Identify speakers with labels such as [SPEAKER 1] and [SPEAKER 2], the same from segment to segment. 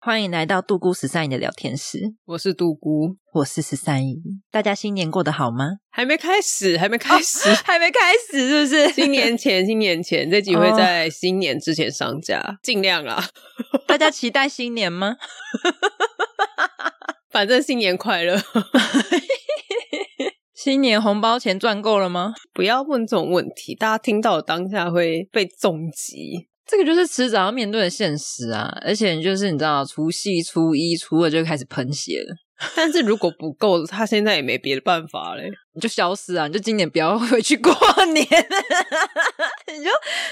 [SPEAKER 1] 欢迎来到杜姑十三姨的聊天室，
[SPEAKER 2] 我是杜姑，
[SPEAKER 1] 我是十三姨。大家新年过得好吗？
[SPEAKER 2] 还没开始，还没开始，
[SPEAKER 1] 还没开始是不是？
[SPEAKER 2] 新年前，新年前，这集会在新年之前上架，尽量啊啦。
[SPEAKER 1] 大家期待新年吗？
[SPEAKER 2] 反正新年快乐，
[SPEAKER 1] 新年红包钱赚够了吗？
[SPEAKER 2] 不要问这种问题，大家听到当下会被重击。
[SPEAKER 1] 这个就是迟早要面对的现实啊！而且你就是你知道，除夕、初一、初二就开始喷血了，
[SPEAKER 2] 但是如果不够，他现在也没别的办法嘞。
[SPEAKER 1] 你就消失啊！你就今年不要回去过年， 你就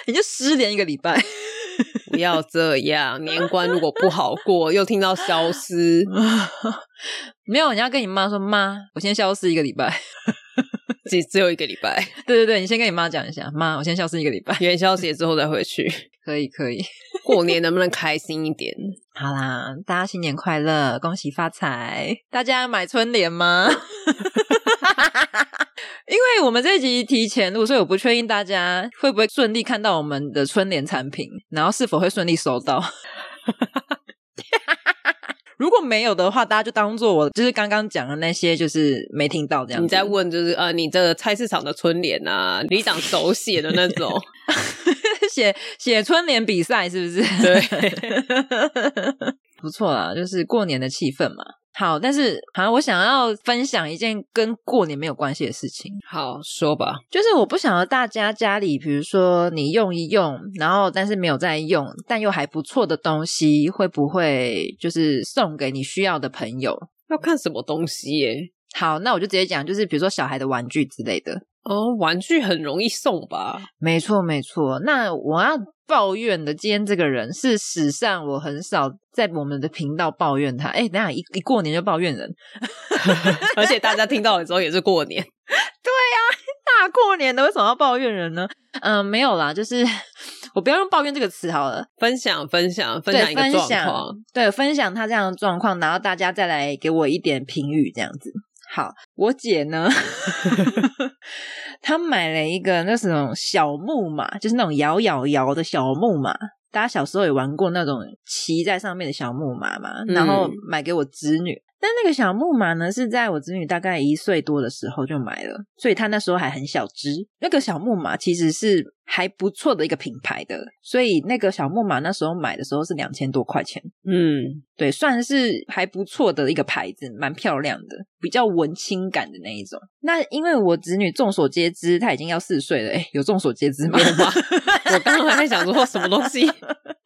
[SPEAKER 1] 你就失联一个礼拜。
[SPEAKER 2] 不要这样，年关如果不好过，又听到消失，
[SPEAKER 1] 没有，你要跟你妈说，妈，我先消失一个礼拜。
[SPEAKER 2] 只只有一个礼拜，
[SPEAKER 1] 对对对，你先跟你妈讲一下，妈，我先消失一个礼拜。
[SPEAKER 2] 元宵节之后再回去。
[SPEAKER 1] 可以可以，
[SPEAKER 2] 过年能不能开心一点？
[SPEAKER 1] 好啦，大家新年快乐，恭喜发财！大家买春联 吗？因为我们这一集提前录，所以我不确定大家会不会顺利看到我们的春联产品，然后是否会顺利收到。 如果没有的话，大家就当做我就是刚刚讲的那些，就是没听到这样子。
[SPEAKER 2] 你在问就是呃，你这个菜市场的春联啊，里长手写的那 种，
[SPEAKER 1] 写写春联比赛是不 是？
[SPEAKER 2] 对，
[SPEAKER 1] 不错啦，就是过年的气氛嘛。好，但是好像我想要分享一件跟过年没有关系的事情，
[SPEAKER 2] 好说吧。
[SPEAKER 1] 就是我不想要大家家里，比如说你用一用，然后但是没有在用，但又还不错的东西，会不会就是送给你需要的朋友？
[SPEAKER 2] 要看什么东西耶？
[SPEAKER 1] 好，那我就直接讲，就是比如说小孩的玩具之类的。
[SPEAKER 2] 哦，玩具很容易送吧？
[SPEAKER 1] 没错，没错。那我要抱怨的，今天这个人是史上我很少在我们的频道抱怨他。哎，等一下一一过年就抱怨人，
[SPEAKER 2] 而且大家听到的时候也是过年，
[SPEAKER 1] 大过年的为什么要抱怨人呢？嗯、没有啦，就是 我不要用抱怨这个词好了。
[SPEAKER 2] 分享分享分享一个
[SPEAKER 1] 对
[SPEAKER 2] 状
[SPEAKER 1] 分享
[SPEAKER 2] 况。
[SPEAKER 1] 对，分享他这样的状况，然后大家再来给我一点评语，这样子。好，我姐呢，她买了一个那是那种小木马，就是那种摇摇摇的小木马。大家小时候也玩过那种骑在上面的小木马嘛，
[SPEAKER 2] 嗯
[SPEAKER 1] 然后买给我侄女。但那个小木马呢，是在我侄女大概一岁多的时候就买了，所以她那时候还很小只。那个小木马其实是还不错的一个品牌的，所以那个小木马那时候买的时候是两千多块钱。
[SPEAKER 2] 嗯，
[SPEAKER 1] 对，算是还不错的一个牌子，蛮漂亮的，比较文青感的那一种。那因为我侄女众所皆知，她已经要四岁了，哎，有众所皆知吗？
[SPEAKER 2] 有吧 我刚刚还在想说什么东西，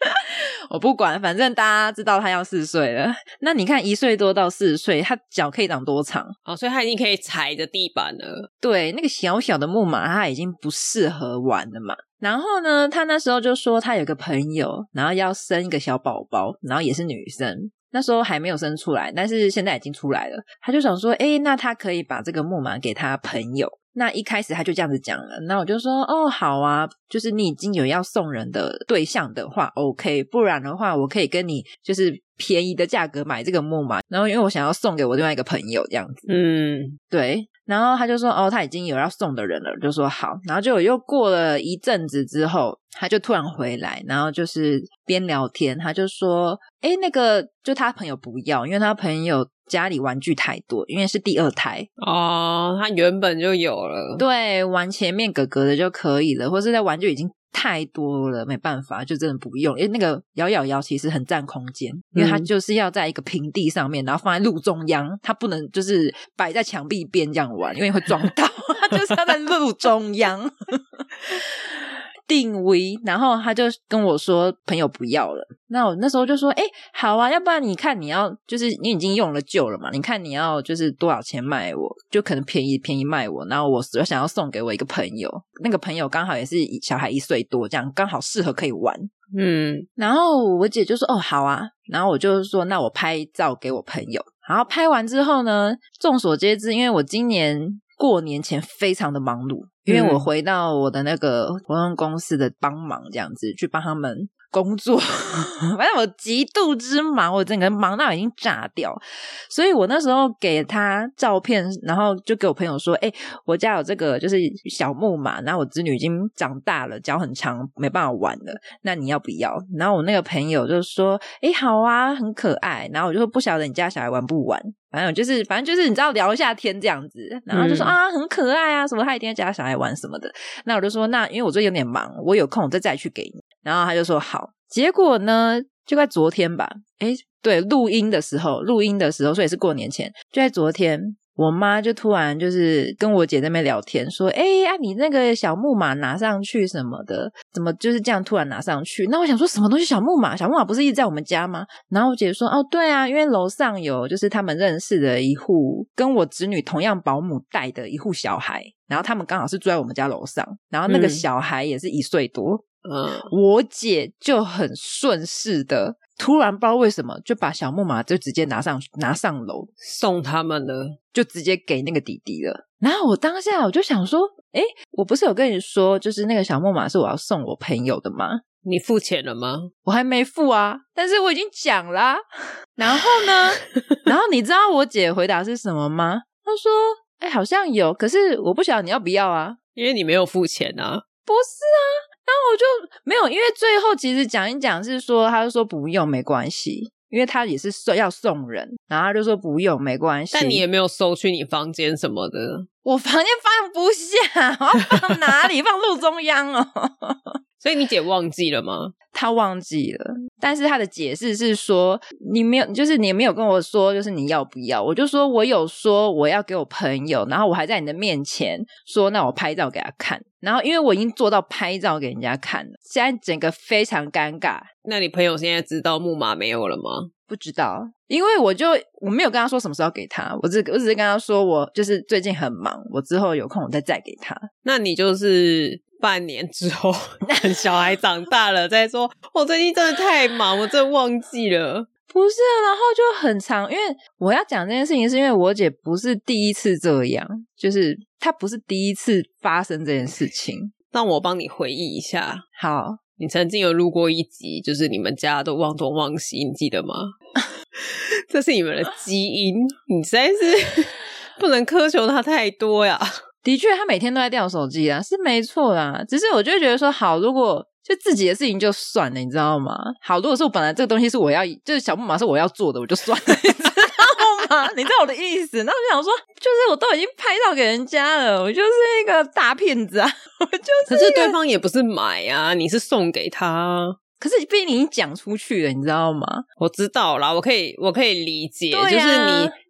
[SPEAKER 1] 我不管，反正大家知道她要四岁了。那你看，一岁多到四岁，她脚可以长多长？
[SPEAKER 2] 哦，所以他已经可以踩着地板了。
[SPEAKER 1] 对，那个小小的木马，它已经不适合玩了嘛。然后呢，她那时候就说她有个朋友，然后要生一个小宝宝，然后也是女生。那时候还没有生出来，但是现在已经出来了。她就想说，诶，那她可以把这个木马给她朋友。那一开始她就这样子讲了，那我就说，哦，好啊，就是你已经有要送人的对象的话，OK，不然的话，我可以跟你就是便宜的价格买这个木马。然后因为我想要送给我另外一个朋友这样子，
[SPEAKER 2] 嗯，
[SPEAKER 1] 对，然后他就说哦，他已经有要送的人了，就说好，然后就又过了一阵子之后，他就突然回来，然后就是边聊天，他就说，诶，那个就他朋友不要，因为他朋友家里玩具太多，因为是第二胎，
[SPEAKER 2] 哦，他原本就有了。
[SPEAKER 1] 对，玩前面哥哥的就可以了，或是在玩具已经太多了，没办法，就真的不用。因为那个摇摇摇其实很占空间，因为它
[SPEAKER 2] 嗯
[SPEAKER 1] 就是要在一个平地上面，然后放在路中央，它不能就是摆在墙壁 边这样玩，因为会撞到，它就是要在路中央。 定位，然后他就跟我说朋友不要了。那我那时候就说，哎、好啊，要不然你看你要就是你已经用了旧了嘛，你看你要就是多少钱卖我，就可能便宜便宜卖我。然后我我想要送给我一个朋友，那个朋友刚好也是小孩一岁多，这样刚好适合可以玩。
[SPEAKER 2] 嗯，
[SPEAKER 1] 然后我姐就说：“哦，好啊。”然后我就说：“那我拍照给我朋友。”然后拍完之后呢，众所皆知，因为我今年过年前非常的忙碌，因为我回到我的那个活动公司的帮忙，这样子去帮他们工作。 反正我极度之忙，我整个忙到已经炸掉。所以我那时候给他照片，然后就给我朋友说：“哎、我家有这个就是小木马，然后我侄女已经长大了，脚很长，没办法玩了。”那你要不要？然后我那个朋友就说：“诶，好啊，很可爱。”然后我就说：“不晓得你家小孩玩不玩？”反正我就是，反正就是你知道聊一下天这样子，然后就说、
[SPEAKER 2] 嗯
[SPEAKER 1] 啊，很可爱啊，什么他一定要叫他小孩玩什么的。那我就说，那因为我最近有点忙，我有空我再再去给你。然后他就说好。结果呢，就在昨天吧，诶，对，录音的时候，录音的时候，所以是过年前，就在昨天。我妈就突然就是跟我姐在那边聊天，说：“诶，啊，你那个小木马拿上去什么的，怎么就是这样突然拿上去？”那我想说什么东西小木马？小木马不是一直在我们家吗？然后我姐说：“哦，对啊，因为楼上有就是他们认识的一户跟我侄女同样保姆带的一户小孩，然后他们刚好是住在我们家楼上，然后那个
[SPEAKER 2] 嗯
[SPEAKER 1] 小孩也是一岁多，
[SPEAKER 2] 嗯，
[SPEAKER 1] 我姐就很顺势的，突然不知道为什么就把小木马就直接拿上拿上楼，
[SPEAKER 2] 送他们的，
[SPEAKER 1] 就直接给那个弟弟了。然后我当下我就想说，诶，我不是有跟你说，就是那个小木马是我要送我朋友的吗？
[SPEAKER 2] 你付钱了吗？
[SPEAKER 1] 我还没付啊，但是我已经讲啦、然后呢，然后你知道我姐回答是什么吗？她说：“哎、好像有，可是我不晓得你要不要啊。”
[SPEAKER 2] 因为你没有付钱啊。
[SPEAKER 1] 不是啊。然后我就没有，因为最后其实讲一讲是说，他就说不用没关系，因为他也是送要送人，然后他就说不用没关系。
[SPEAKER 2] 但你也没有收去你房间什么的，
[SPEAKER 1] 我房间放不下，我要放哪里？放路中央哦。
[SPEAKER 2] 所以你姐忘记了吗？
[SPEAKER 1] 他忘记了，但是他的解释是说，你没有，就是你没有跟我说，就是你要不要？我就说我有说我要给我朋友，然后我还在你的面前说，那我拍照给他看。然后因为我已经做到拍照给人家看了，现在整个非常尴尬，
[SPEAKER 2] 那你朋友现在知道木马没有了吗？
[SPEAKER 1] 不知道，因为我就我没有跟他说什么时候给他，我只我只是跟他说我就是最近很忙，我之后有空我再再给他。
[SPEAKER 2] 那你就是半年之后，等小孩长大了再说。我最近真的太忙，我真的忘记了。
[SPEAKER 1] 不是啊，然后就很长，因为我要讲这件事情，是因为我姐不是第一次这样，就是她不是第一次发生这件事情。
[SPEAKER 2] 让我帮你回忆一下，
[SPEAKER 1] 好，
[SPEAKER 2] 你曾经有录过一集，就是你们家都忘东忘西，你记得吗？ 这是你们的基因，你实在是不能苛求他太多呀。
[SPEAKER 1] 的确，她每天都在掉手机啊，是没错啦。只是我就会觉得说，好，如果就自己的事情就算了，你知道吗？好，如果说本来这个东西是我要，就是小木马是我要做的，我就算了，你知道吗？ 你知道我的意思？那我就想说，就是我都已经拍照给人家了，我就是一个大骗子啊， 我就是
[SPEAKER 2] 可是对方也不是买啊，你是送给他啊。
[SPEAKER 1] 可是毕竟你已经讲出去了，你知道吗？
[SPEAKER 2] 我知道啦，我可以，我可以理解，
[SPEAKER 1] 对啊
[SPEAKER 2] 就
[SPEAKER 1] 呀
[SPEAKER 2] 是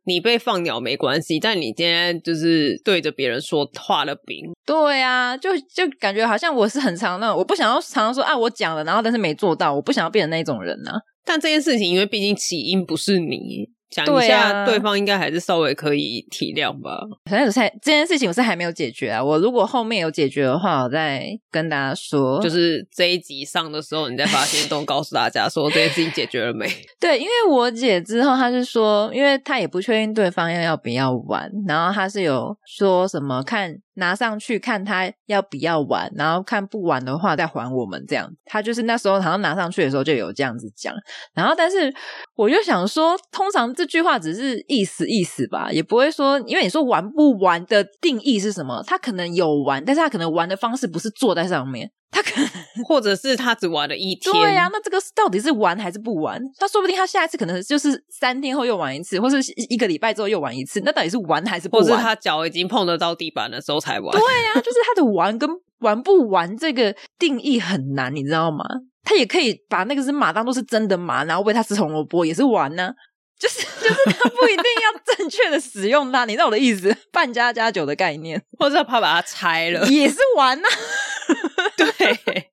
[SPEAKER 2] 你你被放鸟没关系，但你今天就是对着别人说画了饼，
[SPEAKER 1] 对啊，就就感觉好像我是很常那种，我不想要常常说啊，我讲了，然后但是没做到，我不想要变成那种人啊。
[SPEAKER 2] 但这件事情因为毕竟起因不是你，讲
[SPEAKER 1] 对
[SPEAKER 2] 一下
[SPEAKER 1] 啊
[SPEAKER 2] 对方应该还是稍微可以体谅吧。
[SPEAKER 1] 反正我现在这件事情我是还没有解决啊，我如果后面有解决的话，我再跟大家说。
[SPEAKER 2] 就是这一集上的时候，你再发现动告诉大家说这件事情解决了没？
[SPEAKER 1] 对，因为我姐之后，她是说，因为她也不确定对方要要不要玩，然后她是有说什么看拿上去看她要不要玩，然后看不玩的话再还我们这样。她就是那时候好像拿上去的时候就有这样子讲，然后但是我就想说，通常这句话只是意思意思吧，也不会说，因为你说玩不玩的定义是什么？他可能有玩，但是他可能玩的方式不是坐在上面，他可能
[SPEAKER 2] 或者是他只玩了一天？
[SPEAKER 1] 对呀、啊那这个是到底是玩还是不玩？那说不定他下一次可能就是三天后又玩一次，或是一一个礼拜之后又玩一次，那到底是玩还是不
[SPEAKER 2] 或
[SPEAKER 1] 玩？
[SPEAKER 2] 是他脚已经碰得到地板的时候才玩？
[SPEAKER 1] 对呀、就是他的玩跟玩不玩这个定义很难，你知道吗？他也可以把那个是马当做是真的马，然后喂他吃红萝卜也是玩呢、 就是就是他不一定要正确的使用它，你知道我的意思？半 加加酒的概念 啊？
[SPEAKER 2] 或者他怕把它拆了
[SPEAKER 1] 也是玩呐、
[SPEAKER 2] 对，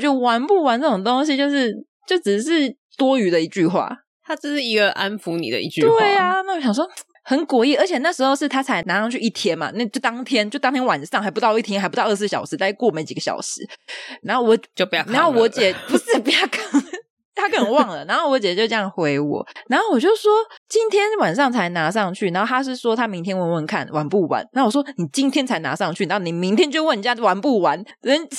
[SPEAKER 1] 觉得玩不玩这种东西，就是就只是多余的一句话。
[SPEAKER 2] 他只是一个安抚你的一句话。
[SPEAKER 1] 对啊，那我想说很诡异，而且那时候是他才拿上去一天嘛，那就当天就当天晚上还不到一天，还不到二十四小时，大概过没几个小时，然后我
[SPEAKER 2] 就不要扛了
[SPEAKER 1] 然后我姐不是不要扛， 她可能忘了，然后我姐就这样回我，然后我就说今天晚上才拿上去，然后她是说她明天问问看晚不晚，然后我说你今天才拿上去，然后你明天就问人家晚不晚，人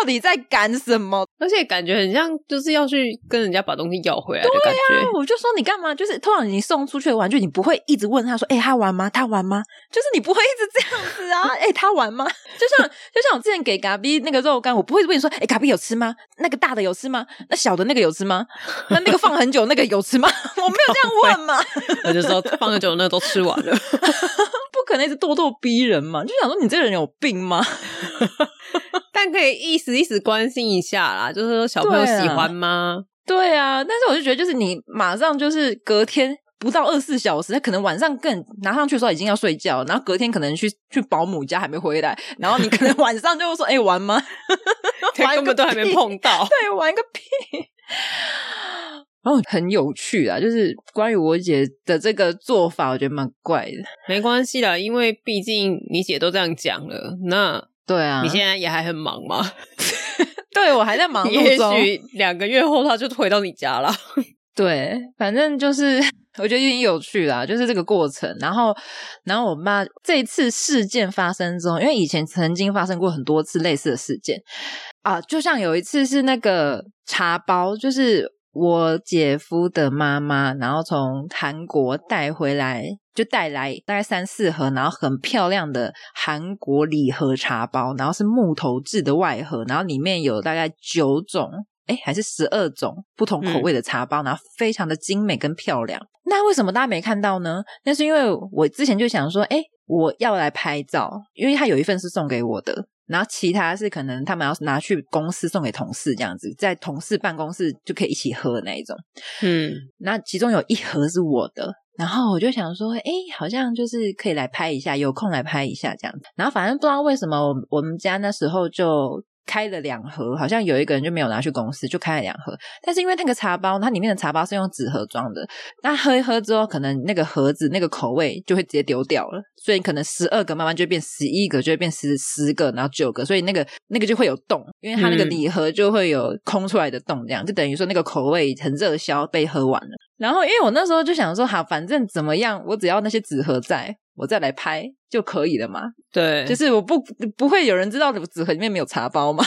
[SPEAKER 1] 到底在赶什么？
[SPEAKER 2] 而且感觉很像就是要去跟人家把东西要回来的感觉。
[SPEAKER 1] 啊我就说你干嘛？就是通常你送出去的玩具，你不会一直问他说：“哎、他玩吗？他玩吗？”就是你不会一直这样子啊！哎、他玩吗？就像就像我之前给嘎比那个肉干，我不会问你说：“哎、嘎比有吃吗？那个大的有吃吗？那小的那个有吃吗？那那个放很久那个有吃吗？”我没有这样问嘛，
[SPEAKER 2] 我就说放很久那都吃完 了，
[SPEAKER 1] 不可能一直咄咄逼人嘛！就想说你这个人有病吗？
[SPEAKER 2] 但可以意思意思关心一下啦，就是说小朋友
[SPEAKER 1] 对啊
[SPEAKER 2] 喜欢吗？
[SPEAKER 1] 对啊，但是我就觉得，就是你马上就是隔天不到二十四小时，他可能晚上更拿上去的时候已经要睡觉，然后隔天可能去去保姆家还没回 来，然后你可能晚上就会说：“哎、玩吗？”
[SPEAKER 2] 对
[SPEAKER 1] 玩个
[SPEAKER 2] 根本都还没
[SPEAKER 1] 屁，
[SPEAKER 2] 碰到。
[SPEAKER 1] 对，玩个屁。然后很有趣啊，就是关于我姐的这个做法，我觉得蛮怪的。
[SPEAKER 2] 没关系啦，因为毕竟你姐都这样讲了，那
[SPEAKER 1] 对啊，
[SPEAKER 2] 你现在也还很忙嘛，
[SPEAKER 1] 对我还在忙
[SPEAKER 2] 也
[SPEAKER 1] 碌中，
[SPEAKER 2] 许两个月后她就回到你 家了。
[SPEAKER 1] 对，反正就是我觉得有点有趣啦，就是这个过程。然后，然后我妈这次事件发生之后，因为以前曾经发生过很多次类似的事件啊，就像有一次是那个茶包，就是我姐夫的妈妈，然后从韩国带回来。就带来大概三四盒，然后很漂亮的韩国礼盒茶包，然后是木头制的外盒，然后里面有大概九种哎，还是十二种不同口味的茶包，然后非常的精美跟漂亮。那为什么大家没看到呢？那是因为我之前就想说，哎，我要来拍照，因为它有一份是送给我的，然后其他是可能他们要拿去公司送给同事这样子，在同事办公室就可以一起喝的那一种。
[SPEAKER 2] 嗯，
[SPEAKER 1] 那其中有一盒是我的。然后我就想说，哎，好像就是可以来拍一下，有空来拍一下这样子。然后反正不知道为什么，我我们家那时候就开了两盒，好像有一个人就没有拿去公司，就开了两盒。但是因为那个茶包，它里面的茶包是用纸盒装的，那喝一喝之后，可能那个盒子那个口味就会直接丢掉了，所以可能十二个慢慢就变十一个，就会变十十个，然后九个，所以那个那个就会有洞，因为它那个
[SPEAKER 2] 嗯
[SPEAKER 1] 礼盒就会有空出来的洞，这样就等于说那个口味很热销被喝完了。然后因为我那时候就想说，好，反正怎么样，我只要那些纸盒在，我再来拍就可以了嘛。
[SPEAKER 2] 对，
[SPEAKER 1] 就是我不不会有人知道我纸盒里面没有茶包吗？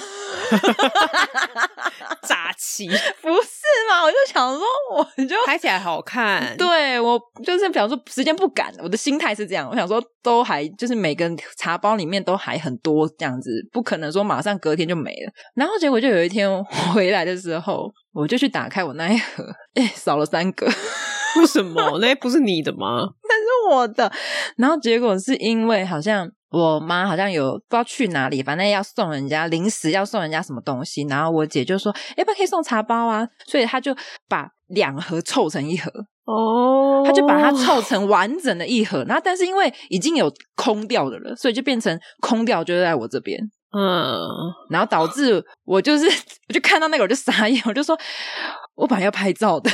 [SPEAKER 2] 炸气，
[SPEAKER 1] 不是嘛？我就想说，我就
[SPEAKER 2] 拍起来好看。
[SPEAKER 1] 对我就是想说时间不赶，我的心态是这样，我想说都还就是每个茶包里面都还很多这样子，不可能说马上隔天就没了。然后结果就有一天我回来的时候，我就去打开我那一盒，哎，少了三个。
[SPEAKER 2] 为什么？那不是你的吗？
[SPEAKER 1] 我的。然后结果是因为好像我妈好像有不知道去哪里，反正要送人家临时要送人家什么东西，然后我姐就说：“哎要不要可以送茶包啊？”所以她就把两盒凑成一盒，
[SPEAKER 2] 哦
[SPEAKER 1] 她就把它凑成完整的一盒。然后但是因为已经有空掉的了，所以就变成空掉就在我这边。
[SPEAKER 2] 嗯，
[SPEAKER 1] 然后导致我就是 我就看到那个我就傻眼，我就说我本来要拍照的，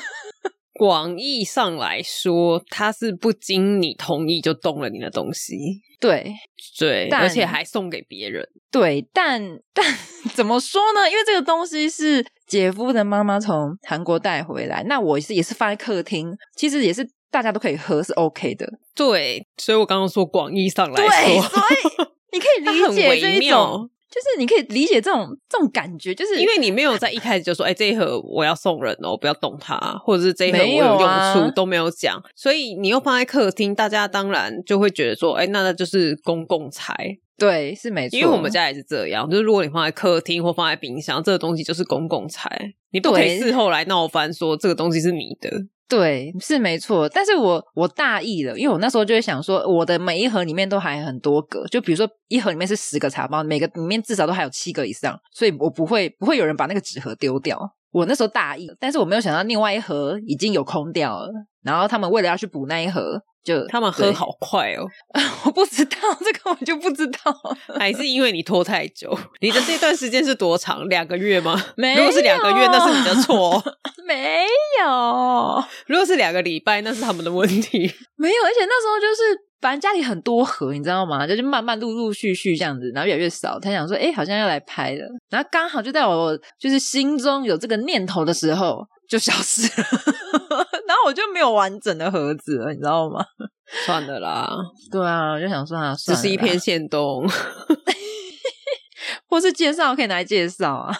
[SPEAKER 2] 广义上来说，他是不经你同意就动了你的东西，
[SPEAKER 1] 对，
[SPEAKER 2] 对，
[SPEAKER 1] 但
[SPEAKER 2] 而且还送给别人。
[SPEAKER 1] 对，但但 怎么说呢？因为这个东西是姐夫的妈妈从韩国带回来，那我是也是放在客厅，其实也是大家都可以喝，是 OK 的。
[SPEAKER 2] 对，所以我刚刚说广义上来
[SPEAKER 1] 对，
[SPEAKER 2] 说，
[SPEAKER 1] 所以你可以
[SPEAKER 2] 它
[SPEAKER 1] 理
[SPEAKER 2] 很
[SPEAKER 1] 解
[SPEAKER 2] 微
[SPEAKER 1] 这一
[SPEAKER 2] 妙
[SPEAKER 1] 种，就是你可以理解这种这种感觉，就是
[SPEAKER 2] 因为你没有在一开始就说，哎、这一盒我要送人哦，不要动它，或者是这一盒我
[SPEAKER 1] 没有
[SPEAKER 2] 用处、
[SPEAKER 1] 啊
[SPEAKER 2] 都没有讲，所以你又放在客厅，大家当然就会觉得说，哎、那那就是公共财，
[SPEAKER 1] 对是没错，
[SPEAKER 2] 因为我们家也是这样，就是如果你放在客厅或放在冰箱，这个东西就是公共财，你不可
[SPEAKER 1] 对
[SPEAKER 2] 以事后来闹翻说这个东西是你的，
[SPEAKER 1] 对是没错，但是我我大意了，因为我那时候就会想说，我的每一盒里面都还很多个，就比如说一盒里面是十个茶包，每个里面至少都还有七个以上，所以我不会不会有人把那个纸盒丢掉。我那时候大意，但是我没有想到另外一盒已经有空掉了，然后他们为了要去补那一盒，就
[SPEAKER 2] 他们喝，好快哦，
[SPEAKER 1] 对 我不知道这个我就不知道了，
[SPEAKER 2] 还是因为你拖太久？ 你的这段时间是多长？两个月吗？
[SPEAKER 1] 没
[SPEAKER 2] 如果是两个月，
[SPEAKER 1] 有
[SPEAKER 2] 那是你的错哦；
[SPEAKER 1] 没有，
[SPEAKER 2] 如果是两个礼拜，那是他们的问题。
[SPEAKER 1] 没有，而且那时候就是，反正家里很多盒，你知道吗？就是慢慢陆陆续续这样子，然后越来越少。他想说，哎、好像要来拍了，然后刚好就在我就是心中有这个念头的时候，就消失了， 然后我就没有完整的盒子了，你知道吗？
[SPEAKER 2] 算了啦，
[SPEAKER 1] 对啊，我就想说啊，
[SPEAKER 2] 只
[SPEAKER 1] 算了
[SPEAKER 2] 是一
[SPEAKER 1] 啦
[SPEAKER 2] 片，线动，
[SPEAKER 1] 或是介绍可以拿来介绍啊，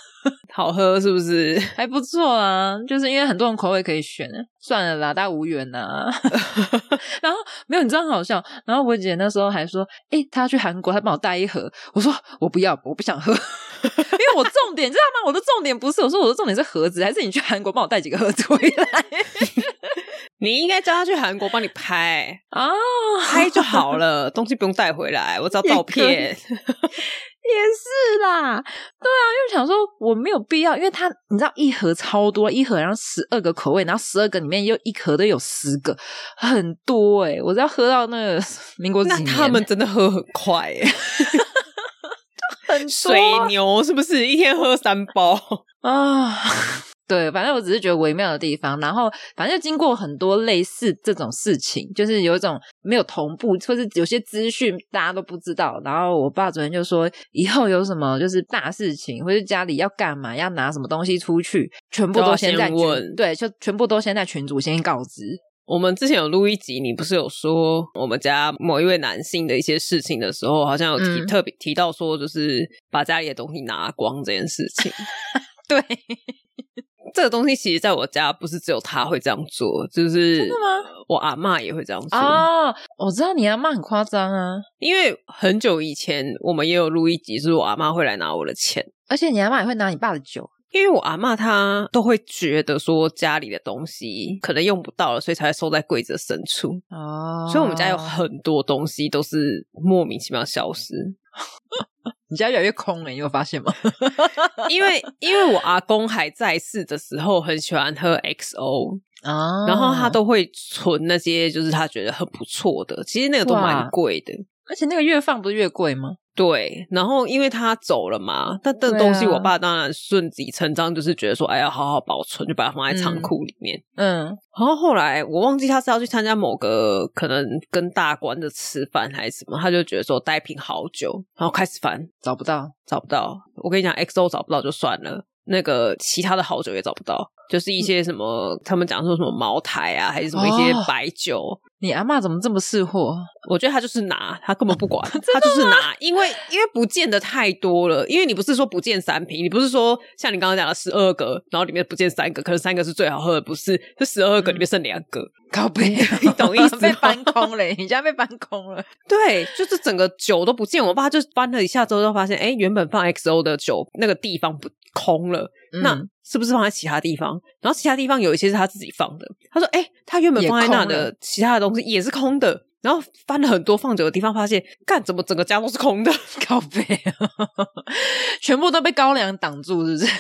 [SPEAKER 2] 好喝是不是？
[SPEAKER 1] 还不错啊，就是因为很多种口味可以选，啊算了啦，大家无缘呐、 然后没有，你知道很好笑。然后我姐那时候还说：“诶、她去韩国，她帮我带一盒。”我说：“我不要，我不 想喝。”因为我重点你知道吗？我的重点不是我说我的重点是盒子，还是你去韩国帮我带几个盒子回 来
[SPEAKER 2] 你应该叫他去韩国帮你拍，
[SPEAKER 1] 啊？
[SPEAKER 2] 拍哦就好了， 东西不用带回来，我只要照片。
[SPEAKER 1] 也是啦，对啊，因为想说我没有必要，因为它你知道一盒超多，一盒然后十二个口味，然后十二个里面又一盒都有十个，很多诶、我是要喝到那个 民国几
[SPEAKER 2] 那
[SPEAKER 1] 年
[SPEAKER 2] 他们真的喝很快耶，
[SPEAKER 1] 很多
[SPEAKER 2] 水牛是不是一天喝三包？
[SPEAKER 1] 啊。对，反正我只是觉得微妙的地方，然后反正经过很多类似这种事情，就是有一种没有同步，或是有些资讯大家都不知道。然后我爸昨天就说，以后有什么就是大事情，或是家里要干嘛，要拿什么东西出去，全部
[SPEAKER 2] 都
[SPEAKER 1] 都
[SPEAKER 2] 要
[SPEAKER 1] 先在
[SPEAKER 2] 先
[SPEAKER 1] 群
[SPEAKER 2] 问
[SPEAKER 1] 对，就全部都先在群主先告知。
[SPEAKER 2] 我们之前有录一集，你不是有说我们家某一位男性的一些事情的时候，好像有提、
[SPEAKER 1] 嗯
[SPEAKER 2] 特别提到说，就是把家里的东西拿光这件事情。
[SPEAKER 1] 对，
[SPEAKER 2] 这个东西其实在我家不是只有他会这样做，就是
[SPEAKER 1] 真的吗？
[SPEAKER 2] 我阿嬷也会这样做，
[SPEAKER 1] 哦，我知道你阿妈很夸张啊，
[SPEAKER 2] 因为很久以前我们也有录一集，就是我阿嬷会来拿我的钱。
[SPEAKER 1] 而且你阿妈也会拿你爸的酒，
[SPEAKER 2] 因为我阿嬷她都会觉得说家里的东西可能用不到了，所以才会收在柜子的深处。
[SPEAKER 1] 哦
[SPEAKER 2] 所以我们家有很多东西都是莫名其妙消失，
[SPEAKER 1] 你家越来越空了，你有发现 吗？
[SPEAKER 2] 因为因为我阿公还在世的时候很喜欢喝 XO，
[SPEAKER 1] 啊
[SPEAKER 2] 然后他都会存那些就是他觉得很不错的，其实那个都蛮
[SPEAKER 1] 哇
[SPEAKER 2] 贵的。
[SPEAKER 1] 而且那个越放不是越贵吗？
[SPEAKER 2] 对，然后因为他走了嘛，那这
[SPEAKER 1] 对啊
[SPEAKER 2] 东西我爸当然顺理成章就是觉得说，哎呀，好好保存，就把它放在仓库里面。
[SPEAKER 1] 嗯，
[SPEAKER 2] 然后后来我忘记他是要去参加某个可能跟大官的吃饭还是什么，他就觉得说呆品好久，然后开始翻
[SPEAKER 1] 找不到。
[SPEAKER 2] 找不到。我跟你讲，XO 找不到就算了，那个其他的好酒也找不到，就是一些什么、他们讲说什么茅台啊，还是什么一些
[SPEAKER 1] 哦
[SPEAKER 2] 白酒，
[SPEAKER 1] 你阿妈怎么这么识货？
[SPEAKER 2] 我觉得他就是拿，他根本不管，他就是拿，因为因为不见得太多了，因为你不是说不见三瓶，你不是说像你刚刚讲的十二个，然后里面不见三个，可能三个是最好喝的，不是？这十二个里面剩两个，
[SPEAKER 1] 高杯，
[SPEAKER 2] 你懂意思吗
[SPEAKER 1] 被搬空了，你家被搬空了。
[SPEAKER 2] 对，就是整个酒都不见。我爸就翻了一下之后，就发现，哎，原本放 XO 的酒那个地方不空了，那
[SPEAKER 1] 嗯
[SPEAKER 2] 是不是放在其他地方？然后其他地方有一些是他自己放的。他说：“哎、他原本
[SPEAKER 1] 也
[SPEAKER 2] 放在那
[SPEAKER 1] 空了
[SPEAKER 2] 的其他的东西也是空的。”然后翻了很多放酒的地方，发现干怎么整个家都是空的？
[SPEAKER 1] 高杯，全部都被高粱挡住，是不是？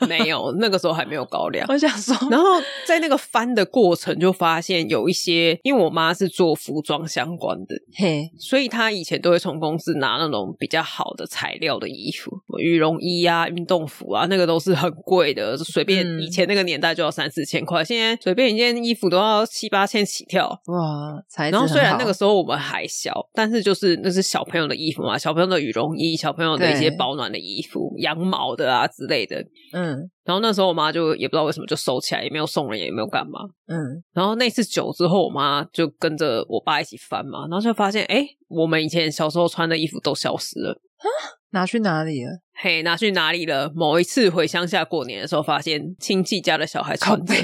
[SPEAKER 2] 没有，那个时候还没有高粱。
[SPEAKER 1] 我想说，
[SPEAKER 2] 然后在那个翻的过程，就发现有一些，因为我妈是做服装相关的，
[SPEAKER 1] 嘿，
[SPEAKER 2] 所以她以前都会从公司拿那种比较好的材料的衣服，羽绒衣啊、运动服啊，那个都是很贵的，随便
[SPEAKER 1] 嗯
[SPEAKER 2] 以前那个年代就要三四千块，现在随便一件衣服都要七八千起跳。
[SPEAKER 1] 哇，材质
[SPEAKER 2] 然后
[SPEAKER 1] 很好
[SPEAKER 2] 虽然那个时候我们还小，但是就是那是小朋友的衣服嘛，小朋友的羽绒衣、小朋友的一些
[SPEAKER 1] 对
[SPEAKER 2] 保暖的衣服、羊毛的啊之类的，
[SPEAKER 1] 嗯
[SPEAKER 2] 然后那时候我妈就也不知道为什么就收起来，也没有送人，也没有干嘛。
[SPEAKER 1] 嗯，
[SPEAKER 2] 然后那次酒之后，我妈就跟着我爸一起翻嘛，然后就发现，哎，我们以前小时候穿的衣服都消失了。
[SPEAKER 1] 拿去哪里了？
[SPEAKER 2] 嘿，拿去哪里了？某一次回乡下过年的时候，发现亲戚家的小孩
[SPEAKER 1] 高
[SPEAKER 2] 穿着
[SPEAKER 1] 杯，，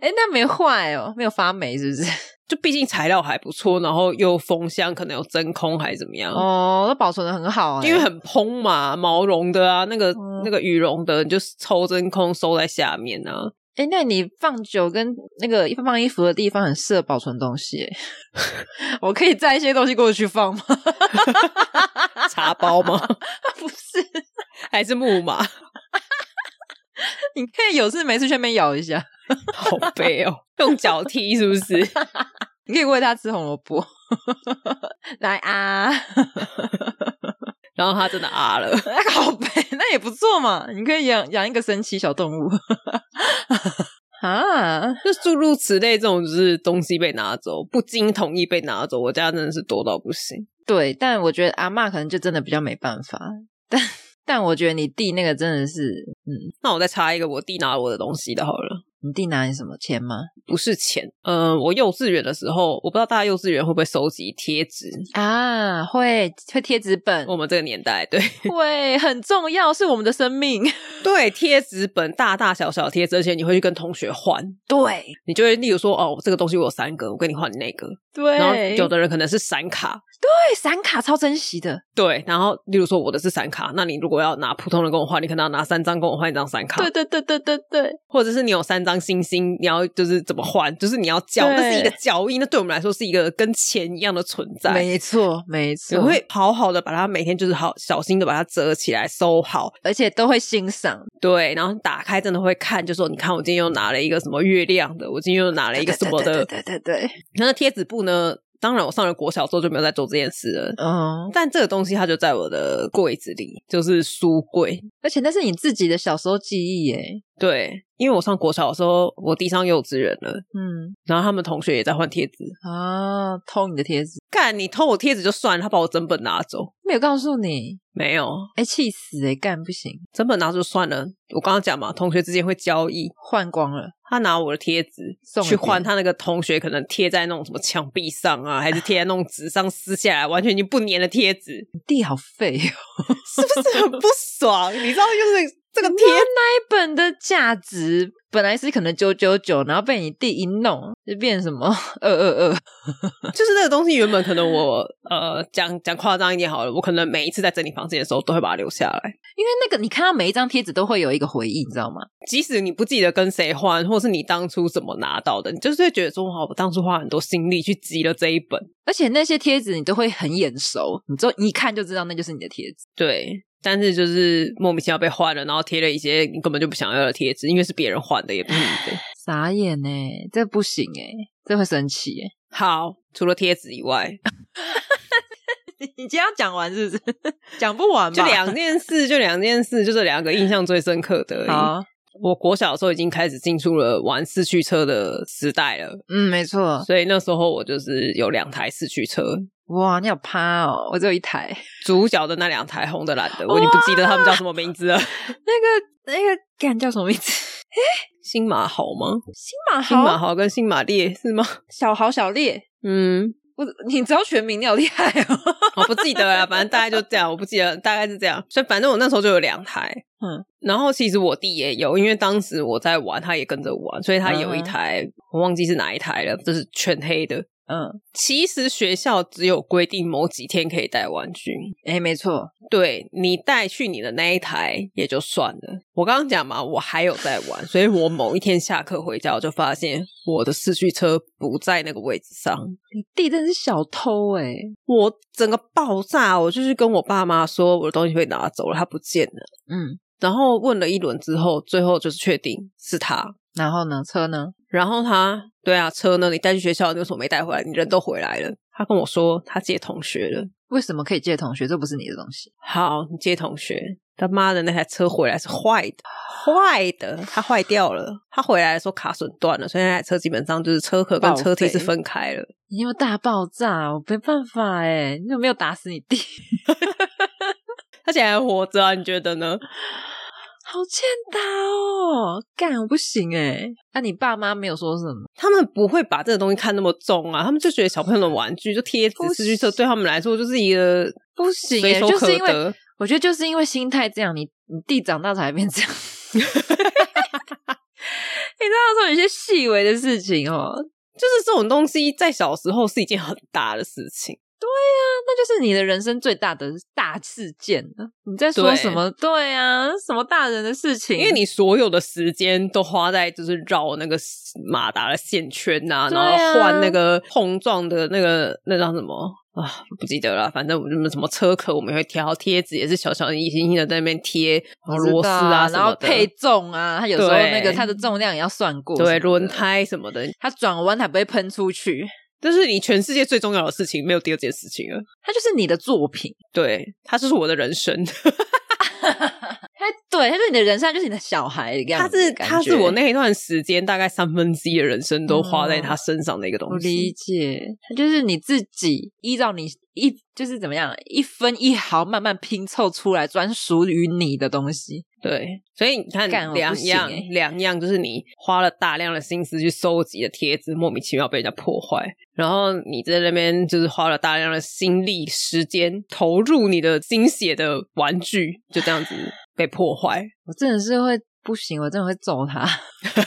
[SPEAKER 1] 哎，那没坏哦，没有发霉，是不 是？
[SPEAKER 2] 就毕竟材料还不错，然后又封箱，可能有真空还是怎么样，
[SPEAKER 1] 哦，都保存的很好欸，
[SPEAKER 2] 因为很蓬嘛，毛绒的啊，那个、
[SPEAKER 1] 嗯
[SPEAKER 2] 那个羽绒的，你就抽真空收在下面啊。
[SPEAKER 1] 哎，那你放酒跟那个放衣服的地方很适合保存东西耶。 我可以载一些东西过去放吗？
[SPEAKER 2] 茶包吗？
[SPEAKER 1] 不是，
[SPEAKER 2] 还是木马？
[SPEAKER 1] 你可以有事没事去那边咬一下。
[SPEAKER 2] 好悲哦，用脚踢是不是？
[SPEAKER 1] 你可以喂它吃红萝卜， 来啊，
[SPEAKER 2] 然后他真的啊了，
[SPEAKER 1] 那好呗，那也不错嘛。你可以养养一个神奇小动物 啊，
[SPEAKER 2] 就诸如此类这种，就是东西被拿走，不经同意被拿走，我家真的是多到不行。
[SPEAKER 1] 对。但我觉得阿嬷可能就真的比较没办法，但但我觉得你弟那个真的是，嗯，
[SPEAKER 2] 那我再插一个我弟拿了我的东西的好了，
[SPEAKER 1] 你弟拿你什么钱吗？
[SPEAKER 2] 不是钱，呃，我幼稚园的时候，我不知道大家幼稚园会不会收集贴纸，
[SPEAKER 1] 啊，会会贴纸本，
[SPEAKER 2] 我们这个年代对
[SPEAKER 1] 会很重要，是我们的生命。
[SPEAKER 2] 对贴纸本大大小小贴纸，而且你会去跟同学换，
[SPEAKER 1] 对
[SPEAKER 2] 你就会例如说哦，这个东西我有三个，我跟你换你那个，
[SPEAKER 1] 对，
[SPEAKER 2] 然后有的人可能是闪卡，
[SPEAKER 1] 对闪卡超珍惜的，
[SPEAKER 2] 对，然后例如说我的是闪卡，那你如果要拿普通的跟我换，你可能要拿三张跟我换一张闪卡，
[SPEAKER 1] 对对对对对对，
[SPEAKER 2] 或者是你有三张星星，你要就是怎么换，就是你要交，
[SPEAKER 1] 对
[SPEAKER 2] 那是一个交易，那对我们来说是一个跟钱一样的存在。
[SPEAKER 1] 没错没
[SPEAKER 2] 我
[SPEAKER 1] 错，
[SPEAKER 2] 会好好的把它每天就是好小心的把它折起来收好，
[SPEAKER 1] 而且都会欣赏
[SPEAKER 2] 对，然后打开真的会看，就说你看我今天又拿了一个什么月亮的，我今天又拿了一个什么的。
[SPEAKER 1] 对对对对对，对
[SPEAKER 2] 那贴纸布呢？当然我上了国小之后就没有再做这件事了。
[SPEAKER 1] 嗯，
[SPEAKER 2] 但这个东西它就在我的柜子里，就是书柜。
[SPEAKER 1] 而且那是你自己的小时候记忆耶，
[SPEAKER 2] 对，因为我上国小的时候，我弟上幼稚园了，
[SPEAKER 1] 嗯
[SPEAKER 2] 然后他们同学也在换贴纸。
[SPEAKER 1] 啊，偷你的贴纸
[SPEAKER 2] 干，你偷我贴纸就算了，他把我整本拿走，
[SPEAKER 1] 没有告诉你，
[SPEAKER 2] 没有
[SPEAKER 1] 哎，气死哎，干不行，
[SPEAKER 2] 整本拿走就算了。我刚刚讲嘛，同学之间会交易，
[SPEAKER 1] 换光了，
[SPEAKER 2] 他拿我的贴纸
[SPEAKER 1] 送给
[SPEAKER 2] 去换他那个同学，可能贴在那种什么墙壁上啊，还是贴在那种纸上撕下来，完全已经不粘的贴纸，
[SPEAKER 1] 你弟好废哦，
[SPEAKER 2] 是不是很不爽？ 你知道，就是这个贴
[SPEAKER 1] 天那一本的价值本来是可能九九九，然后被你弟一弄，就变什么二二 二，
[SPEAKER 2] 就是那个东西，原本可能我呃讲讲夸张一点好了，我可能每一次在整理房间的时候都会把它留下来，
[SPEAKER 1] 因为那个你看到每一张贴纸都会有一个回忆，你知道吗？
[SPEAKER 2] 即使你不记得跟谁换，或是你当初怎么拿到的，你就是会觉得说哇，我当初花很多心力去集了这一本，
[SPEAKER 1] 而且那些贴纸你都会很眼熟，你就你一看就知道那就是你的贴纸。
[SPEAKER 2] 对。但是就是莫名其妙被换了，然后贴了一些你根本就不想要的贴纸，因为是别人换的，也不是你的。
[SPEAKER 1] 傻眼呢、这不行哎、这会生气哎、
[SPEAKER 2] 好，除了贴纸以外，
[SPEAKER 1] 你今天要讲完是不是？ 讲不完吧？
[SPEAKER 2] 就两件事，就两件事，就这两个印象最深刻的而已。
[SPEAKER 1] 好，
[SPEAKER 2] 我国小的时候已经开始进入了玩四驱车的时代了，
[SPEAKER 1] 嗯，没错。
[SPEAKER 2] 所以那时候我就是有两台四驱车，
[SPEAKER 1] 哇，你好趴哦，我只有一台。
[SPEAKER 2] 主角的那两台红的蓝的，我已经不记得他们叫什么名字 了。
[SPEAKER 1] 那个那个干叫什么名字？
[SPEAKER 2] 新马豪吗？
[SPEAKER 1] 新马
[SPEAKER 2] 新马
[SPEAKER 1] 豪、
[SPEAKER 2] 豪跟新马烈是吗？
[SPEAKER 1] 啊小豪、小烈。
[SPEAKER 2] 嗯，
[SPEAKER 1] 我你知道全名，你好厉害 哦。
[SPEAKER 2] 我不记得了，反正大概就这样，我不记得，大概是这样。所以反正我那时候就有两台，
[SPEAKER 1] 嗯
[SPEAKER 2] 嗯，然后其实我弟也有，因为当时我在玩，他也跟着玩，所以他有一台、我忘记是哪一台了，就是全黑的。
[SPEAKER 1] 嗯，
[SPEAKER 2] 其实学校只有规定某几天可以带玩具，
[SPEAKER 1] 哎、没错，
[SPEAKER 2] 对你带去你的那一台也就算了。我刚刚讲嘛，我还有在玩，所以我某一天下课回家，我就发现我的四驱车不在那个位置上，
[SPEAKER 1] 你弟真是小偷哎、
[SPEAKER 2] 我整个爆炸，我就去跟我爸妈说我的东西被拿走了，它不见了。
[SPEAKER 1] 嗯，
[SPEAKER 2] 然后问了一轮之后，最后就是确定是他。
[SPEAKER 1] 然后呢？车呢？
[SPEAKER 2] 然后他，对啊，车呢？你带去学校，你为什么没带回来？你人都回来了。他跟我说他接同学了。
[SPEAKER 1] 为什么可以借同学？这不是你的东西。
[SPEAKER 2] 好，你接同学。他妈的，那台车回来是坏的，坏的，它坏掉了。他回来的时候卡榫断了，所以那台车基本上就是车壳跟车体是分开了。
[SPEAKER 1] 你有大爆炸，我没办法哎，你有没有打死你弟？
[SPEAKER 2] 他现在还活着啊？你觉得呢？
[SPEAKER 1] 好欠打哦，干我不行哎。那、你爸妈没有说什么？
[SPEAKER 2] 他们不会把这个东西看那么重啊，他们就觉得小朋友的玩具就贴纸
[SPEAKER 1] 不、
[SPEAKER 2] 四驱车对他们来说就是一个
[SPEAKER 1] 不行
[SPEAKER 2] 随
[SPEAKER 1] 哎，
[SPEAKER 2] 手
[SPEAKER 1] 就
[SPEAKER 2] 可
[SPEAKER 1] 是因为
[SPEAKER 2] 得。
[SPEAKER 1] 我觉得就是因为心态这样，你你弟长大才变这样。你知道说有些细微的事情哦，
[SPEAKER 2] 就是这种东西在小时候是一件很大的事情。
[SPEAKER 1] 那就是你的人生最大的大事件了。你在说
[SPEAKER 2] 对
[SPEAKER 1] 什么？对啊，什么大人的事情？
[SPEAKER 2] 因为你所有的时间都花在就是绕那个马达的线圈呐、
[SPEAKER 1] 对
[SPEAKER 2] 然
[SPEAKER 1] 啊
[SPEAKER 2] 后换那个碰撞的那个那叫什么啊？不记得了，反正我们什么车壳我们也会挑，贴纸也是小小一星星的在那边贴，然后螺丝啊
[SPEAKER 1] 我知
[SPEAKER 2] 什
[SPEAKER 1] 道然
[SPEAKER 2] 么
[SPEAKER 1] 后
[SPEAKER 2] 的，
[SPEAKER 1] 配重啊，它有时候
[SPEAKER 2] 对
[SPEAKER 1] 那个它的重量也要算过，
[SPEAKER 2] 对轮。胎什么的，
[SPEAKER 1] 它转弯它不会喷出去，
[SPEAKER 2] 这是你全世界最重要的事情，没有第二件事情了。
[SPEAKER 1] 它就是你的作品，
[SPEAKER 2] 对，它就是我的人生，
[SPEAKER 1] 它对，它就是你的人生，它就是你的小孩的样
[SPEAKER 2] 它
[SPEAKER 1] 子
[SPEAKER 2] 是
[SPEAKER 1] 的感觉。
[SPEAKER 2] 它是我那一段时间大概三分之一的人生都花在他身上的一个
[SPEAKER 1] 哦我
[SPEAKER 2] 东
[SPEAKER 1] 理
[SPEAKER 2] 西。
[SPEAKER 1] 解，它就是你自己依照你一就是怎么样一分一毫慢慢拼凑出来专属于你的东西。
[SPEAKER 2] 对，所以你看
[SPEAKER 1] 干我不
[SPEAKER 2] 两
[SPEAKER 1] 行
[SPEAKER 2] 样
[SPEAKER 1] 欸
[SPEAKER 2] 两样，就是你花了大量的心思去收集的贴纸，莫名其妙被人家破坏，然后你在那边就是花了大量的心力、时间投入你的心血的玩具，就这样子被破坏。
[SPEAKER 1] 我真的是会不行，我真的会揍 他，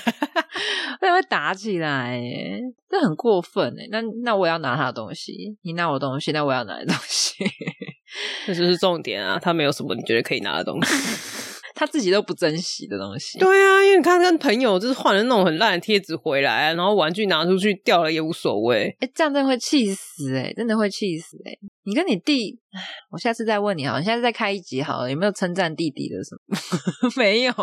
[SPEAKER 1] 我真的会打起来耶，这很过分哎。那那我也要拿他的东西，你拿我的东西，那我也要拿你的东西。
[SPEAKER 2] 这就是重点啊！他没有什么你觉得可以拿的东西。
[SPEAKER 1] 他自己都不珍惜的东西，
[SPEAKER 2] 对啊，因为你看跟朋友就是换了那种很烂的贴纸回来，然后玩具拿出去掉了也无所谓。
[SPEAKER 1] 哎、这样真的会气死哎、真的会气死哎、你跟你弟，唉我下次再问你好了，你下次再开一集好了，有没有称赞弟弟的什么？ 没有，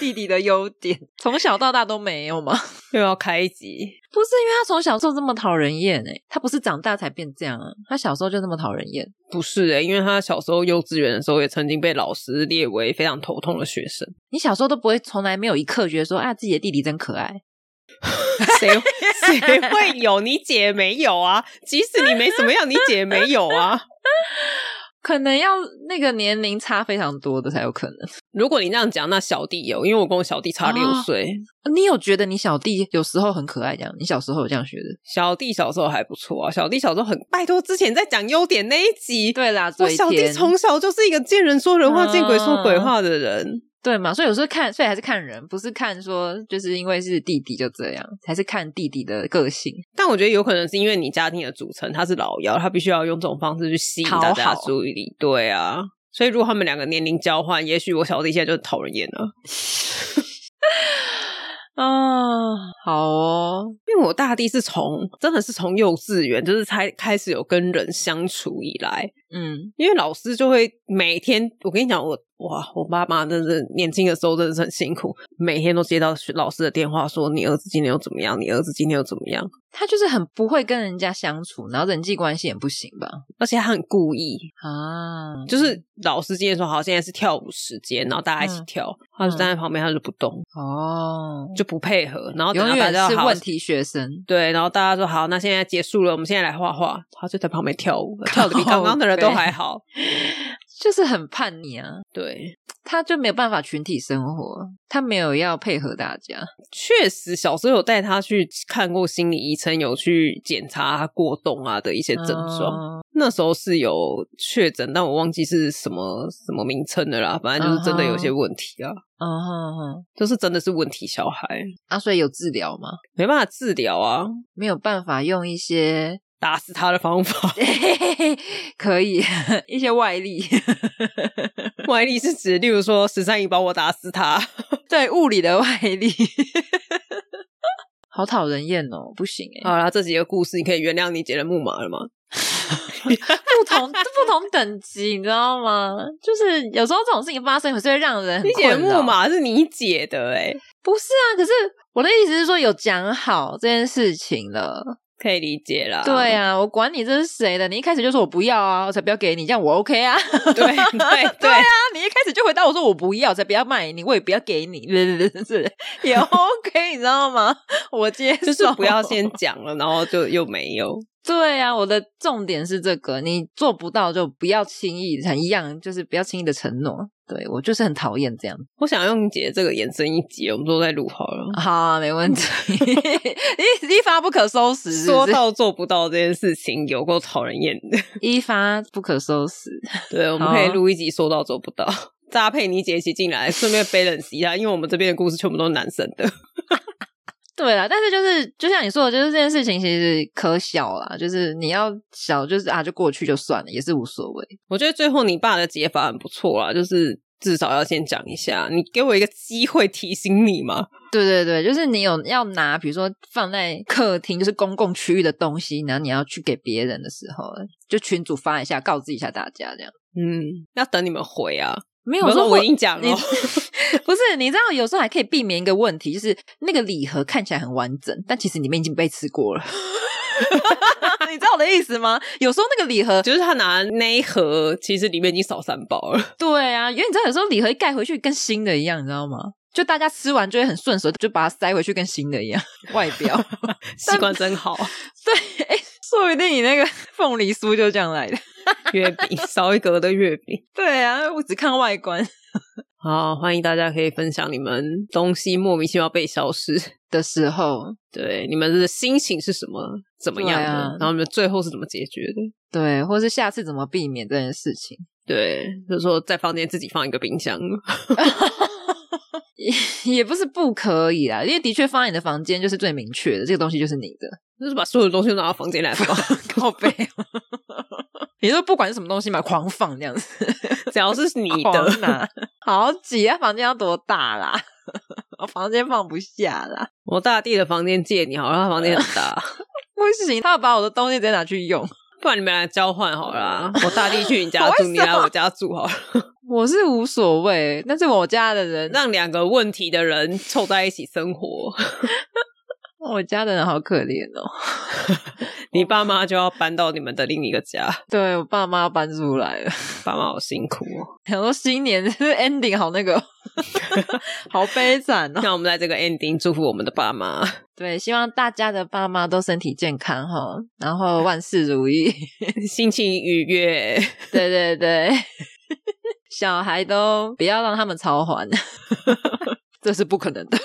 [SPEAKER 1] 弟弟的优点从小到大都没有吗？
[SPEAKER 2] 又要开一集，
[SPEAKER 1] 不是因为他从小就这么讨人厌哎、他不是长大才变这样啊，他小时候就这么讨人厌。
[SPEAKER 2] 不是欸诶、因为他小时候幼稚园的时候也曾经被老师列为非常头痛的学 生。
[SPEAKER 1] 你小时候都不会，从来没有一刻觉得说啊，自己的弟弟真可爱。
[SPEAKER 2] 谁谁会有？你姐没有啊？即使你没什么样，你姐没有啊？
[SPEAKER 1] 可能要那个年龄差非常多的才有可能。
[SPEAKER 2] 如果你这样讲，那小弟有，因为我跟我小弟差六
[SPEAKER 1] 哦
[SPEAKER 2] 岁，
[SPEAKER 1] 你有觉得你小弟有时候很可爱这样？你小时候有这样觉得？
[SPEAKER 2] 小弟小时候还不错啊。小弟小时候很拜托，之前在讲优点那一集，
[SPEAKER 1] 对啦，
[SPEAKER 2] 我
[SPEAKER 1] 嘴
[SPEAKER 2] 小弟
[SPEAKER 1] 甜
[SPEAKER 2] 从小就是一个见人说人话、
[SPEAKER 1] 嗯
[SPEAKER 2] 见鬼说鬼话的人。
[SPEAKER 1] 对嘛，所以有时候看，所以还是看人，不是看说就是因为是弟弟就这样，还是看弟弟的个性。
[SPEAKER 2] 但我觉得有可能是因为你家庭的组成，他是老幺，他必须要用这种方式去吸引
[SPEAKER 1] 讨好
[SPEAKER 2] 大家的注意力。对啊，所以如果他们两个年龄交换，也许我小弟现在就很讨人厌了。
[SPEAKER 1] 啊，好哦，
[SPEAKER 2] 因为我大弟是从真的是从幼稚园，就是才开始有跟人相处以来，
[SPEAKER 1] 嗯，
[SPEAKER 2] 因为老师就会每天，我跟你讲，我哇，我爸妈真的是年轻的时候真的是很辛苦，每天都接到学老师的电话说你儿子今天又怎么样，你儿子今天又怎么样，
[SPEAKER 1] 他就是很不会跟人家相处，然后人际关系也不行吧？
[SPEAKER 2] 而且他很故意，
[SPEAKER 1] 啊，
[SPEAKER 2] 就是老师今天说好，现在是跳舞时间，然后大家一
[SPEAKER 1] 嗯
[SPEAKER 2] 起跳，他就站在旁边，他就不动，
[SPEAKER 1] 哦，
[SPEAKER 2] 就不配合，然后哦等
[SPEAKER 1] 永
[SPEAKER 2] 到大
[SPEAKER 1] 远
[SPEAKER 2] 家
[SPEAKER 1] 是
[SPEAKER 2] 好
[SPEAKER 1] 问题学生。
[SPEAKER 2] 对，然后大家说好，那现在结束了，我们现在来画画，他就在旁边跳 舞，跳的比刚刚的人都还好。
[SPEAKER 1] 就是很叛逆啊，
[SPEAKER 2] 对，
[SPEAKER 1] 他就没有办法群体生活，他没有要配合大家。
[SPEAKER 2] 确实小时候有带他去看过心理医生，有去检查他过动啊的一些症状。
[SPEAKER 1] 嗯
[SPEAKER 2] 那时候是有确诊，但我忘记是什么什么名称的啦，反正就是真的有一些问题啊，
[SPEAKER 1] 嗯哼哼
[SPEAKER 2] 就是真的是问题小孩，
[SPEAKER 1] 啊，所以有治疗吗？
[SPEAKER 2] 没办法治疗啊，
[SPEAKER 1] 没有办法用一些。
[SPEAKER 2] 打死他的方法
[SPEAKER 1] 可以 一些外力，
[SPEAKER 2] 外力是指，例如说十三姨把我打 死他，
[SPEAKER 1] 对物理的外力，好讨人厌哦，不行哎、
[SPEAKER 2] 好啦，这几个故事你可以原谅你姐的木马了吗？
[SPEAKER 1] 不同不同等级，你知道吗？就是有时候这种事情发生，可是会让人很
[SPEAKER 2] 你姐的
[SPEAKER 1] 困扰
[SPEAKER 2] 木马是你姐的哎、
[SPEAKER 1] 不是啊？可是我的意思是说，有讲好这件事情了。
[SPEAKER 2] 可以理解啦。
[SPEAKER 1] 对啊，我管你这是谁的，你一开始就说我不要啊，我才不要给你，这样我 OK 啊。
[SPEAKER 2] 对对
[SPEAKER 1] 对
[SPEAKER 2] 对
[SPEAKER 1] 啊，你一开始就回答我说我不要，才不要卖你，我也不要给你， 是也 OK，你知道吗？我接受，
[SPEAKER 2] 就是不要先讲了，然后就又没有。
[SPEAKER 1] 对啊，我的重点是这个，你做不到就不要轻易，很一样，就是不要轻易的承诺。对我就是很讨厌这样。
[SPEAKER 2] 我想用你姐这个延伸一集，我们都在录好了。
[SPEAKER 1] 好、啊，没问题， 一一发不可收拾是
[SPEAKER 2] 说
[SPEAKER 1] 不是，
[SPEAKER 2] 到做不到这件事情，有够讨人厌 的。
[SPEAKER 1] 一发不可收拾。
[SPEAKER 2] 对，我们
[SPEAKER 1] 好啊
[SPEAKER 2] 可以录一集说到做不到， 搭配你姐一起进来，顺便 balance 一下，因为我们这边的故事全部都是男生的。
[SPEAKER 1] 对啦，但是就是就像你说的，就是这件事情其实可小啦，就是你要小，就是啊，就过去就算了，也是无所谓。
[SPEAKER 2] 我觉得最后你爸的解法很不错啦，就是至少要先讲一下，你给我一个机会提醒你嘛。
[SPEAKER 1] 对对对，就是你有要拿，比如说放在客厅，就是公共区域的东西，然后你要去给别人的时候，就群主发一下，告知一下大家这样。
[SPEAKER 2] 嗯，要等你们回啊。
[SPEAKER 1] 没有
[SPEAKER 2] 我说
[SPEAKER 1] 说
[SPEAKER 2] 我已经讲
[SPEAKER 1] 你
[SPEAKER 2] 了，
[SPEAKER 1] 不是，你知道有时候还可以避免一个问题，就是那个礼盒看起来很完整，但其实里面已经被吃过了。 你知道我的意思吗？有时候那个礼盒，
[SPEAKER 2] 就是他拿那一盒，其实里面已经少三包了。
[SPEAKER 1] 对啊，因为你知道有时候礼盒一盖回去跟新的一样，你知道吗？就大家吃完就会很顺手，就把它塞回去跟新的一样。 外表
[SPEAKER 2] 习惯真好，
[SPEAKER 1] 对，哎、说不定你那个 凤梨酥就这样来的。
[SPEAKER 2] 月饼少一格的月饼。
[SPEAKER 1] 对啊，我只看外观
[SPEAKER 2] 好，欢迎大家可以分享你们东西莫名其妙被消失，
[SPEAKER 1] 的时候，
[SPEAKER 2] 对你们的心情是什么，怎么样
[SPEAKER 1] 对
[SPEAKER 2] 的，
[SPEAKER 1] 啊
[SPEAKER 2] 然后你们最后是怎么解决的？
[SPEAKER 1] 对，或是下次怎么避免这件事情。
[SPEAKER 2] 对，就是说在房间自己放一个冰箱，
[SPEAKER 1] 也不是不可以啦，因为的确放在你的房间就是最明确的，这个东西就是你的。
[SPEAKER 2] 就是把所有的东西都拿到房间来放，
[SPEAKER 1] 靠背，哦 你说不管是什么东西嘛，狂放这样子，
[SPEAKER 2] 只要是你
[SPEAKER 1] 狂
[SPEAKER 2] 的。
[SPEAKER 1] 拿， 好挤啊！房间要多大啦？ 我房间放不下啦，
[SPEAKER 2] 我大弟的房间借你好了，他房间很大，
[SPEAKER 1] 不行，他要把我的东西直接拿去用。
[SPEAKER 2] 不然你们俩交换好了啊。我大弟去你家
[SPEAKER 1] 为
[SPEAKER 2] 住，
[SPEAKER 1] 什么
[SPEAKER 2] 你来我家住好了，
[SPEAKER 1] 我是无所谓，但是我家的人，
[SPEAKER 2] 让两个问题的人凑在一起生活，
[SPEAKER 1] 我家的人好可怜哦。
[SPEAKER 2] 你爸妈就要搬到你们的另一个家，
[SPEAKER 1] 对我爸妈要搬出来了，
[SPEAKER 2] 爸妈好辛苦哦。
[SPEAKER 1] 想说新年 这 ending 好那个哦， 好悲惨哦。
[SPEAKER 2] 那我们在这个 ending 祝福我们的爸妈，
[SPEAKER 1] 对，希望大家的爸妈都身体健康哈，然后万事如意。
[SPEAKER 2] 心情愉悦。
[SPEAKER 1] 对对对， 小孩都不要让他们超还， 这是不可能的。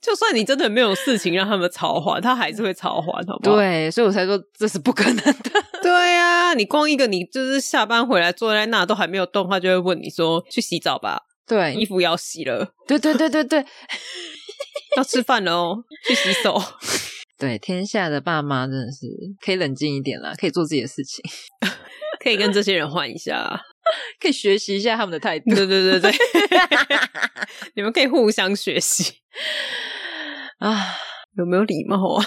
[SPEAKER 2] 就算你真的没有事情让他们吵还，他还是会吵还，好不好？
[SPEAKER 1] 对，所以我才说这是不可能的。
[SPEAKER 2] 对啊，你光一个你就是下班回来坐在那都还没有动，他就会问你说去洗澡吧，衣
[SPEAKER 1] 对，
[SPEAKER 2] 服要洗了，
[SPEAKER 1] 对对对对对
[SPEAKER 2] 要吃饭了哦，去洗 手。
[SPEAKER 1] 对，天下的爸妈真的是可以冷静一点啦，可以做自己的事情，
[SPEAKER 2] 可以跟这些人换一下，啊
[SPEAKER 1] 可以学习一下他们的态度
[SPEAKER 2] 对 对对对，你们可以互相学习，
[SPEAKER 1] 啊。
[SPEAKER 2] 有没有礼貌啊？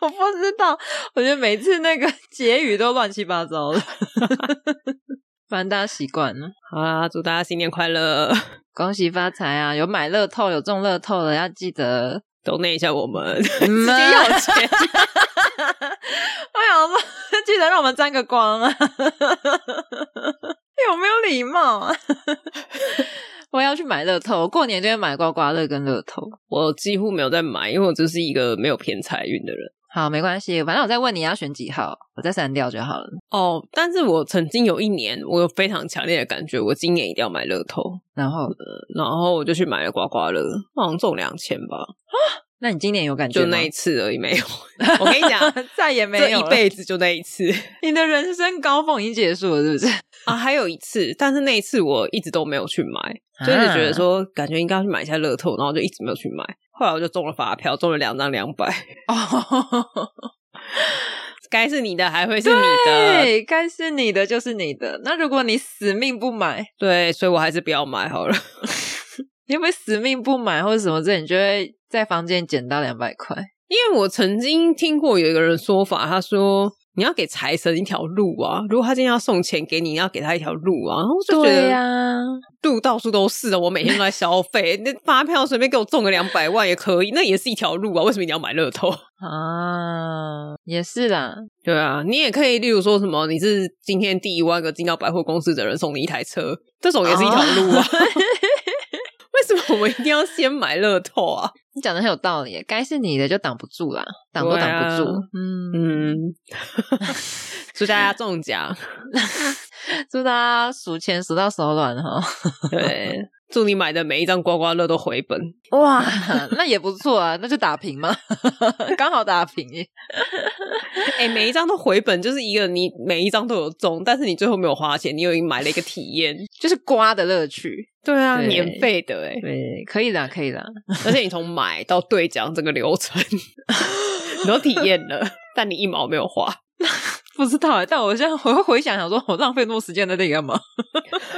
[SPEAKER 1] 我不知道，我觉得每次那个 结语都乱七八糟的， 反正大家习惯了。
[SPEAKER 2] 好啦，祝大家新年快乐，
[SPEAKER 1] 恭喜发财啊！有买乐透，有中乐透的，要记得。
[SPEAKER 2] 懂内一下我们，
[SPEAKER 1] 嗯
[SPEAKER 2] 直接要钱，
[SPEAKER 1] 我想说，记得让我们沾个光啊！有没有礼貌啊？我要去买乐透，我过年就会买刮刮乐跟乐透。
[SPEAKER 2] 我几乎没有在买，因为我就是一个没有偏财运的人。
[SPEAKER 1] 好，没关系，反正我再问你要选几号，我再删掉就好了。
[SPEAKER 2] 哦，但是我曾经有一年，我有非常强烈的感觉，我今年一定要买乐透，
[SPEAKER 1] 然后，
[SPEAKER 2] 然后我就去买了刮刮乐，好像中两千吧，
[SPEAKER 1] 那你今年有感觉
[SPEAKER 2] 就
[SPEAKER 1] 吗
[SPEAKER 2] 那一？次而已，没有。我跟你讲，
[SPEAKER 1] 再也 没
[SPEAKER 2] 这
[SPEAKER 1] 有啊
[SPEAKER 2] 一
[SPEAKER 1] 了。
[SPEAKER 2] 辈子就那一次
[SPEAKER 1] 你的人生高峰已经结束了，是不是？
[SPEAKER 2] 啊，还有一次，但是那一次我一直都没有去买，就是觉
[SPEAKER 1] 啊
[SPEAKER 2] 得说感觉应该要去买一下乐透，然后就一直没有去买。后来我就中了发票，中了两张两百，
[SPEAKER 1] 哦，
[SPEAKER 2] 该是你的还会是你的，对，
[SPEAKER 1] 对，该是你的就是你的。那如果你死命不买，
[SPEAKER 2] 所以我还是不要买好了。
[SPEAKER 1] 你会不会死命不买或者什么之类，你就会在房间捡到两百块？
[SPEAKER 2] 因为我曾经听过有一个人说法，他说你要给财神一条路啊，如果他今天要送钱给你，你要给他一条路啊。然后我就觉
[SPEAKER 1] 对
[SPEAKER 2] 得、
[SPEAKER 1] 呀、
[SPEAKER 2] 路到处都是的，哦我每天都在消费， 那发票随便给我中个两百万也可以，那也是一条路啊。为什么你要买乐透？
[SPEAKER 1] 啊，也是啦，
[SPEAKER 2] 对啊，你也可以，例如说什么你是今天第一万个进到百货公司的人送你一台车，这种也是一条路啊。 为什么我们一定要先买乐透啊？
[SPEAKER 1] 你讲的很有道理耶，该是你的就挡不住啦，挡都挡不住。
[SPEAKER 2] 对啊
[SPEAKER 1] 嗯，
[SPEAKER 2] 嗯， 祝大家中奖。
[SPEAKER 1] 祝大家数钱数到手软哦哈。
[SPEAKER 2] 对，祝你买的每一张刮刮乐都回本。
[SPEAKER 1] 哇， 那也不错啊，那就打平嘛， 刚好打平耶。
[SPEAKER 2] 哎、每一张都回本，就是一个你每一张都有中，但是你最后没有花钱，你有买了一个体验。
[SPEAKER 1] 就是刮的乐趣。
[SPEAKER 2] 对啊
[SPEAKER 1] 对
[SPEAKER 2] 免费的 哎、
[SPEAKER 1] 对，可以啦，可以啦。
[SPEAKER 2] 而且你从买到兑奖这个流 程，你都体验了，但你一毛没有花。
[SPEAKER 1] 不知道哎，但我现在我会回想，想说我浪费那么多时间在这里干嘛？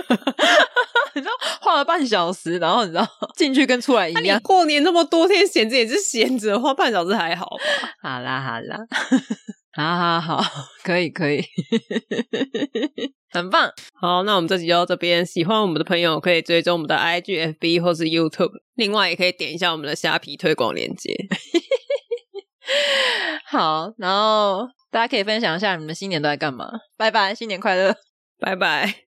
[SPEAKER 1] 你知道花了半小时，然后你知道进去跟出来一
[SPEAKER 2] 那你
[SPEAKER 1] 样。
[SPEAKER 2] 过年那么多天闲着也是闲着，花半小时还好吧？
[SPEAKER 1] 好啦好啦， 好好好，可以可以， 很棒。
[SPEAKER 2] 好，那我们这集就到这边。喜欢我们的朋友可以追踪我们的 IG、FB 或是 YouTube，另外也可以点一下我们的虾皮推广链接。
[SPEAKER 1] 好，然后大家可以分享一下你们新年都在干嘛。拜拜，新年快乐！
[SPEAKER 2] 拜拜。